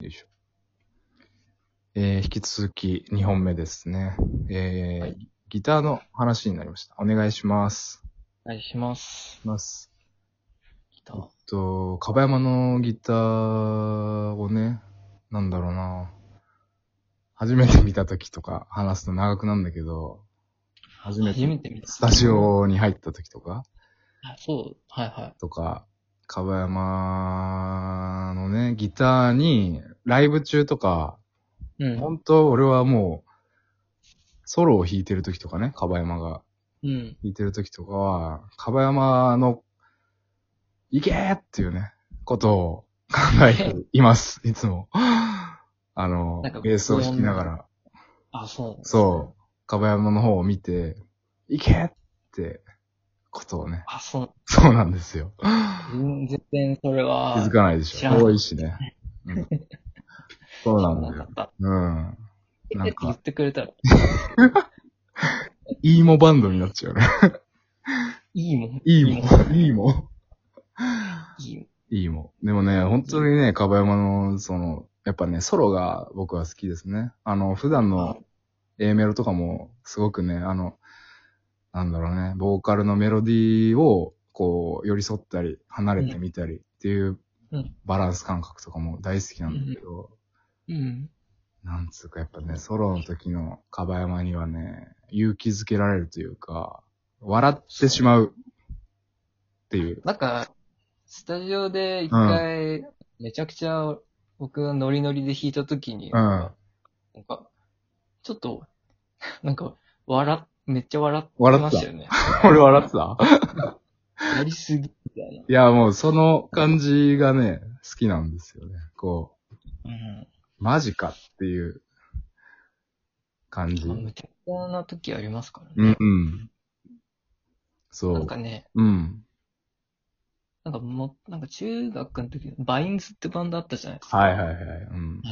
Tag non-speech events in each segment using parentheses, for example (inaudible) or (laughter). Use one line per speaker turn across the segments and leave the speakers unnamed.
よいしょ。えー、引き続き2本目ですね。えー
はい
ギターの話になりました。お願いします。
お願いします。
ます。
ギタ
え
ー。
っと、かばやまのギターをね、なんだろうな。初めて見た時とか話すと長くなるんだけど、初め
初
て
めて見た。
スタジオに入った時とか、
あ。そう、はいは
とか、かばやまのね、ギターに、ライブ中とか、
い。うん。
本当俺はもう、ソロを弾いてる時とかね、かばやまが
うん。
弾いてる時とかは、かばやまの、いけーっていうね、ことを考えています、
(laughs)
いつも。あの
なんか、
ベースを弾きながら、
あ、そう。
そう、かばやまの方を見て、いけーってことをね、
あ、そう。
そうなんですよ。
全全然それは。
気づかないで
知
し
ら
ょ。
ない
多いしね。うん
(laughs)
そうなんだ
な
よ
か。った。
うん。な
え
ん
って言
か
っ、てくれたら、
いいもバンドになっちゃうね。
いいもん。
いいもん。いいもん。
いいもん。
いいもん。でもね、本当にね、かばやまの、その、やっぱね、ソロが僕は好きですね。あの、普段の A メロとかも、すごくね、あの、なんだろうね、ボーカルのメロディーを、こう、寄り添ったり、離れてみたりっていう
うん、
バランス感覚とかも大好きなんだけど、
うん。
なんつうか、やっぱね、ソロの時のかばやまにはね、勇気づけられるというか、笑ってしまうっていう。
なんか、スタジオで一回、めちゃくちゃ僕がノリノリで弾いたときに、
うん
なんか、ちょっと、なんか、笑っ、めっちゃ笑って
笑
ま
って
したたよね。
俺笑ってた
やりすぎ、みたい
いや、もうその感じがね、好きなんですよね。こ
な。うん。
う、マジかっていう感じ。
まあ
うん
むちゃくちゃな時ありますからね。
うん。そ
なん
う
か。ね、
うん。
なんかもう、なんか中学の時、バインズってバンドあったじゃないですか。
はいはいはい。うん。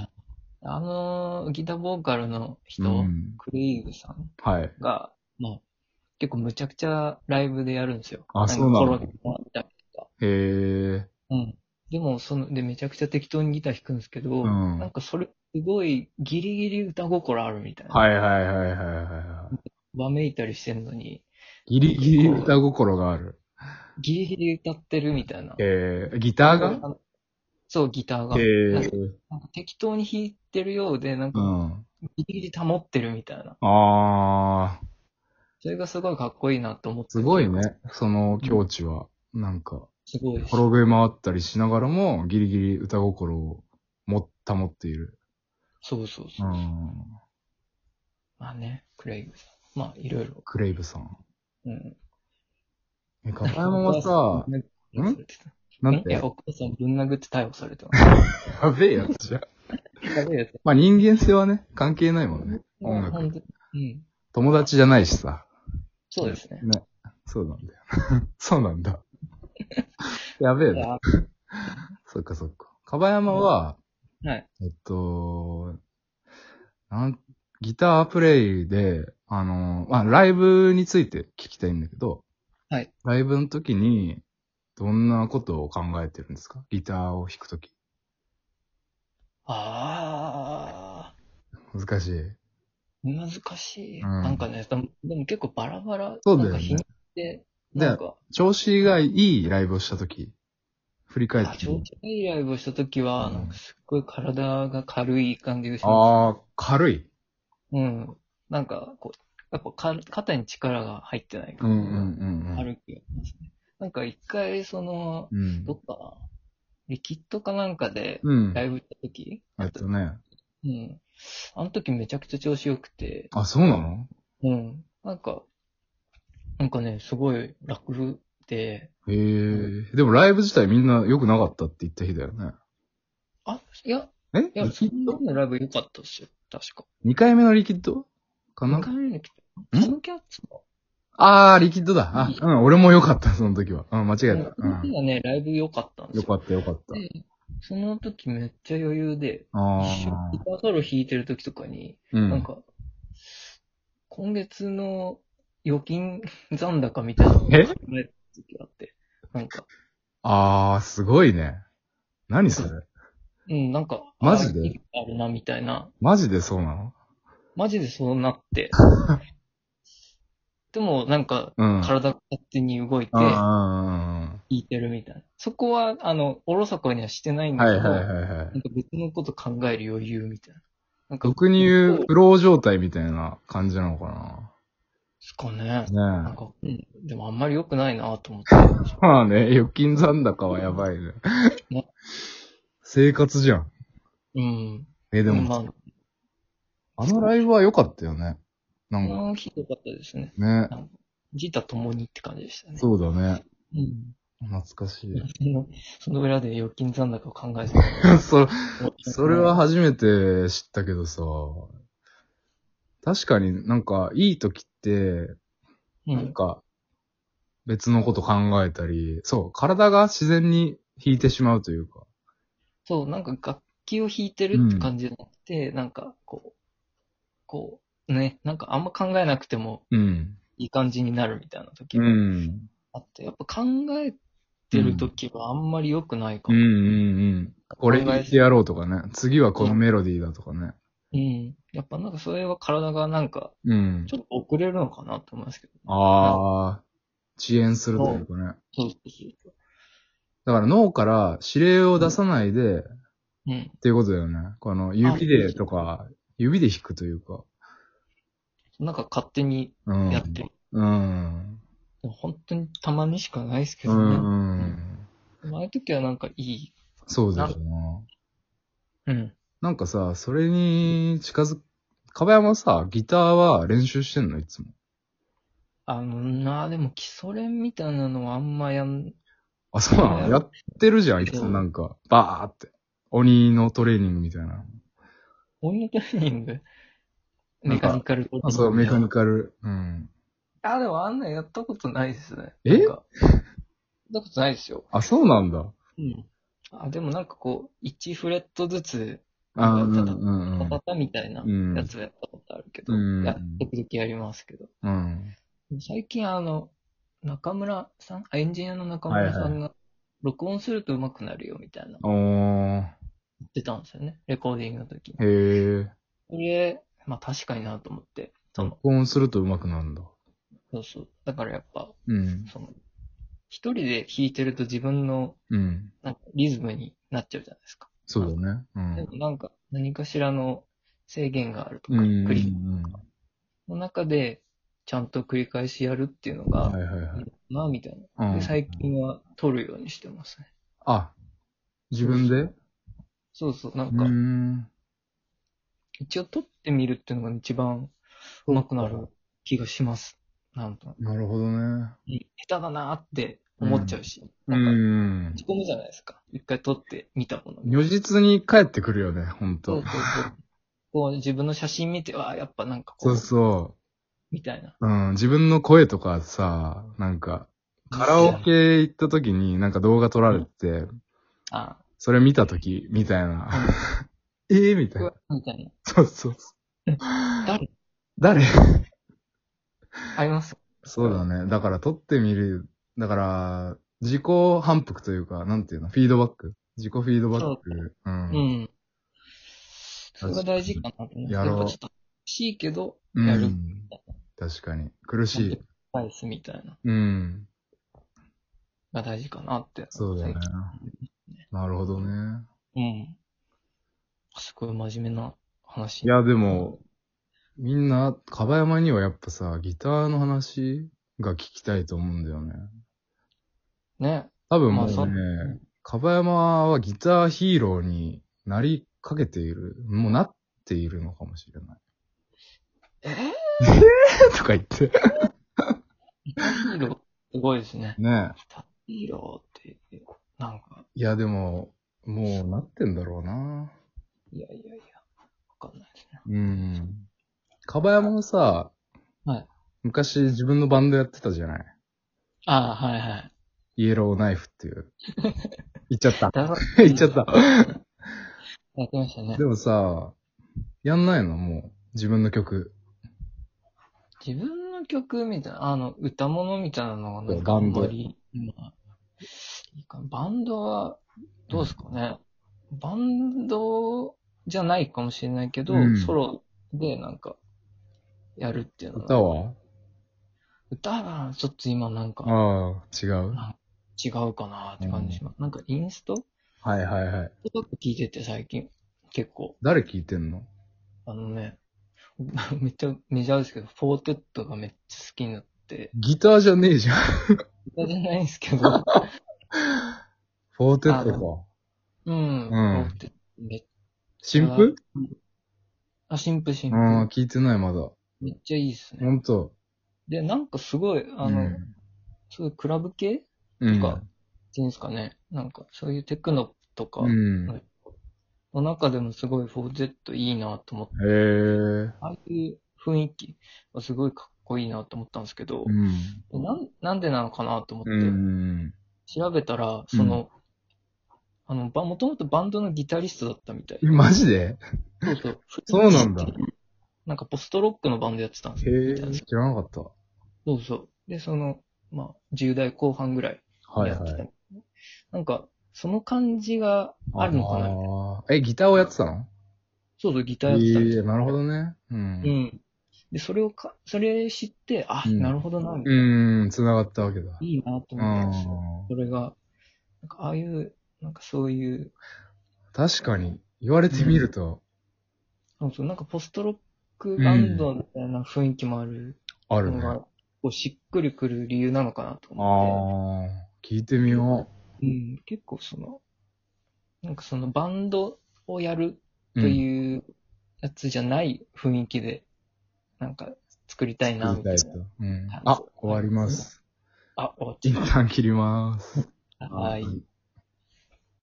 あの、ギターボーカルの人、
うん
クレイグさん
はい。
が、まあ、結構むちゃくちゃライブでやるんですよ。
あ
か
そうなの
ソロギターみたいな
へー。
うん。でも、その、で、めちゃくちゃ適当にギター弾くんですけど、
うん
なんかそれ、すごい、ギリギリ歌心あるみたいな。
はいはいはいはいはい。
わめいたりしてんのに、
ギリギリ歌心がある。
ギリギリ歌ってるみたいな。
えー、ギターが
あのそう、ギターが。
え
なん
ー
か、なんか適当に弾いてるようで、なん
う
か
ん。
ギリギリ保ってるみたいな。
あー、
それがすごいかっこいいなと思って。
すごい。ね。その境地は。なんか、
すごいです。
転げ回ったりしながらも、ギリギリ歌心を持った持っている。
そうそうそうう。
ん。
まあね、クレイグさん。まあ、いろいろ。
クレイブさん。
うん。
え、かばやまはさ、
(laughs) お母さんぶん殴ってた、
なん
い
て、
や、
や
お母さんぶん殴って逮捕された。
(laughs) べえやつじゃん。
やべえやつ。
まあ人間性はね、関係ないもんね。音
ほ
楽。
んとうん。
友達じゃないしさ。
そうですね。
ね。そうなんだよ。 (laughs) そうなんだ。やべえ
い
な。
や
そっかそっか。かばやまは、
はい。
えっと、なん、ギタープレイで、あの、まあ、ライブについて聞きたいんだけど、
はい。
ライブの時に、どんなことを考えてるんですかギターを弾くとき。
ああ、
難しい。
難しい。
うん
なんかね、でもでも結構バラバラ。
そうだよね
なんか日によって、なんか、
調子がいいライブをしたとき、振り返っ
あ、
て
ちょう
み
どいいライブをした時は、
うん
なんかすっごい体が軽い感じがします。
ああ、軽い。
うん。なんか、こう、やっぱか肩に力が入ってない
うん
感
う
じ
んう
が
んうん。
ある気がしますね。なんか一回、その、
うん
ど。っかな、リキッドかなんかで
うん。
ライブ行った時、
えっとね。
うん。あの時めちゃくちゃ調子良くて、
あ、そうなの
うん。なんか、なんかね、すごい楽
へ
で、
え。でもライブ自体みんな良くなかったって言った日だよね。
あ、いや、
え
いや、
リキ
そ
ッド
ののライブ良かったですよ、確か。
二回目のリキッドかな
2回目に来た。サムキャッツの
ああ、リキッドだ。あ、うん、俺も良かった、その時は。うん、間違えた。
その
う
時
ん。
はね、ライブ良かったんです
良
よ。
かった、良かった。
で、その時めっちゃ余裕で、
あ
一緒にギ
あ。
ターソロ弾いてる時とかに、
う
なん
ん。
か、今月の預金残高みたいなのを考
え
えた時があって、なんか、
ああ、すごいね。何それ。
うん、なんか、
マジで
ああるな、みたいな。
マジでそうなの
マジでそうな
(laughs)
って。でも、なんか、
うん。
体が勝手に動いて、
うんうん
弾
うんうん
いてるみたいな。そこは、あの、おろそかにはしてないんだ
は
け
い
ど、
はいはいはい
なん。か別のこと考える余裕みたいな。なんか、
俗に言う、不老状態みたいな感じなのか
すかね。
な。
な
ね
ん
え。
か、うん。でもあんまり良くないなと思って。
まあね、預金残高はやばいね
ね。
(laughs) 生活じゃん。
うん。
え、で
ま
も、
あ、
あのライブは良かったよね。なんか、
もうひどかったですね。
ね。
自他共にって感じでしたね。
そうだね。
うん。
懐かしい。
その、その裏で預金残高を考えてた。
(laughs) そ、それは、初めて知ったけどさ、確かになんか、いい時って、
う
なん
ん。
か、別のこと考えたり、そう、体が自然に弾いてしまうというか。
そう、なんか楽器を弾いてるって感じじゃなくて、なんか、こう、こう、ね、なんかあんま考えなくても
うん。
いい感じになるみたいな時
う
が
ん。
あって、やっぱ考えてる時はあんまり良くないか
うんうん
も。
うん。これ言ってやろうとかね。次はこのメロディーだとかね。
うん。やっぱなんかそれは体がなんか、
うん
ち。ょっと遅れるのかなと思いますけど、
ああ、遅延するというかね。
そうそうそう。
だから脳から指令を出さないで、っ
うん。
ていうことだよね。この指でとか、指で弾くというか。
なんか勝手に
うん。
やってる。
うん。
でも本当にたまにしかないですけ
う
どね。
ん。
でもああいう時はなんかいい。
そうだよな。
うん。
なんかさ、それに近づく、壁山さ、ギターは練習してんのいつも。
あのな、でも基礎練みたいなのはあんまやん、
あ、そうなのやってるじゃん、いつもなんか。バーって。鬼のトレーニングみたいな。
音楽トレーニング
なん
メ
か
カニカルトレーニング
あ、そう、メカニカル。うん。
あ、でもあんなんやったことないですね。
え
なんかやったことないですよ。
あ、そうなんだ。
うん。あ、でもなんかこう、1フレットずつ、
あうんう
な
ん
んかパタパタみたいな
うん
やつをやったことあるけど、
うん
や時々やりますけど。
うん。うん。
最近あの、中村さん、あエンジニアの中村さ
はい
んが、録音すると上手くなるよみたいな、言
おー。
ってたんですよね。レコーディングの時に。
へえ。
それ、まあ確かになと思って。その、
録音すると上手くなるんだ。
そうそう。だからやっぱ、
うん。
その、一人で弾いてると自分の、
うん。
なんかリズムになっちゃうじゃないですか。
そうだね。うん
でもなんか、何かしらの制限があると
う
か、
ん。
繰り
うん
の中で、ちゃんと繰り返しやるっていうのが、
はいはいはい
いい。なあみたいな。
う
で、
ん。
最近は撮るようにしてますね。
あ、自分で
そうそう、なん
う
か、
ーん。
一応撮ってみるっていうのが一番上手くなる気がします。なんとなく。
なるほどね。
下手だなーって思っちゃうし、
う
なんか、
ん。
落ち込むじゃないですか。一回撮ってみたものに。
如実に帰ってくるよね、ほん
そう
と。
そうそう。こう自分の写真見て、わあ、やっぱなんか
そ
こ、
ううそ
みたいな。
う。うん。自分の声とかさ、なんか、カラオケ行った時になんか動画撮られて、
あ
それ見た時みたいな。 (laughs) ええみた
あ、
いうな
わ。みたいな。
そうそうそう。
誰
誰
あります
そうだね。だから撮ってみる。だから、自己反復というか、なんていうのフィードバック自己フィードバック。う。
うんん。それが大事かなと思う。
やろう
やっぱちょっと、しいけど、
うん。
やる。
確かに。苦しい。
返すみたいな。
うん。
が大事かなって。
そうだね
最近。
なるほどね。
うん。すごい真面目な話。
いや、でも、みんな、かばやまにはやっぱさ、ギターの話が聞きたいと思うんだよね。
ね。
多分も
まあそうう
ね、かばやまはギターヒーローになりかけている、もうなっているのかもしれ
(laughs)
ない。
えー、
とか言って。
ヒーロー、すごいですね。
ね
ヒーローって、なんか、
え。いや、でも、もうなってんだろうな。
いやいやいや、わかんないですね。
うん。かばやまもさ、
はい
昔自分のバンドやってたじゃない
ああ、はいはい。
イエローナイフって
(laughs)
いう。言っちゃった。
だ
(laughs) 言っちゃった。
やってましたね
で。もさ、やんないのもう、自分の曲。
自分の曲みたいな、あの、歌物みたいなのがなんか
バ
あ
ン
ん
ド
まり、まあいいかバンドは、どうですかね。バンドじゃないかもしれないけど、
うん
ソロでなんか、やるっていうの
歌は
歌はちょっと今なんか、
ああ、違う。
違うかなって感じします。なんかインスト
はいはいはい。
ばっか聞いてて最近、結構。
誰聞いてんの
あのね、 (laughs) めっちゃメジャーですけど、フォーテッドがめっちゃ好きになって、
ギターじゃねえじゃん。
歌じゃないんです
(laughs)
けど、
フォーテッドか。
う
うん
ん、フォーテッドめっ
新譜
あ、新婦新
う
婦。
ん、聞いてないまだ。
めっちゃいいですね。
ほんと。
で、なんかすごい、あの、
うん
すごいクラブ系って
う
と
ん
か。いうんですかね。なんか、そういうテクノとか
うん。へ
の中でもすごい 4Z いいなと思って、
え。うん。
ああいう雰囲気はすごいかっこいいなと思ったんですけど、なんなんでなのかなと思
う
って
ん。
調べたら、その、あの、ば、もともとバンドのギタリストだったみたい
え。マジで
そうそう。
(laughs) そうなんだ。
(laughs) なんかポストロックのバンドやってたんです
へ
よ。
え
みたい。な
知らなかった。
そうそう。で、その、まあ、10代後半ぐらい
はい
やって
は
た、
い。
なんか、その感じがあるのかな。
なえ、ギターをやってたの
そうそう、ギターやってたんで
え
す
え、
よ。
なるほどね。うん
う。ん。で、それをか、それ知って、あ、
うん
なるほどな、
うん、繋がったわけだ。
いいなと
う
思ったんですよ。
ん。
それが、なんか、ああいう、なんかそういう、
確かに、言われてみると、
そうそうなんかポストロックバンドみたいな雰囲気もある
ある
の
ね。
が、
あ
こうしっくりくる理由なのかなと
あ
思っ
ー、聞いてみよ
て、うん、結構その、なんかそのバンドをやる
う。
と
うん、
いうやつじゃない雰囲気で、なんか作りたいな、
聞
み
き
た
たい
いな。
と。うん
はい。
あ、終わります。
あ、終わっち
一 (laughs)
ゃっ
旦切ります。
た。はい。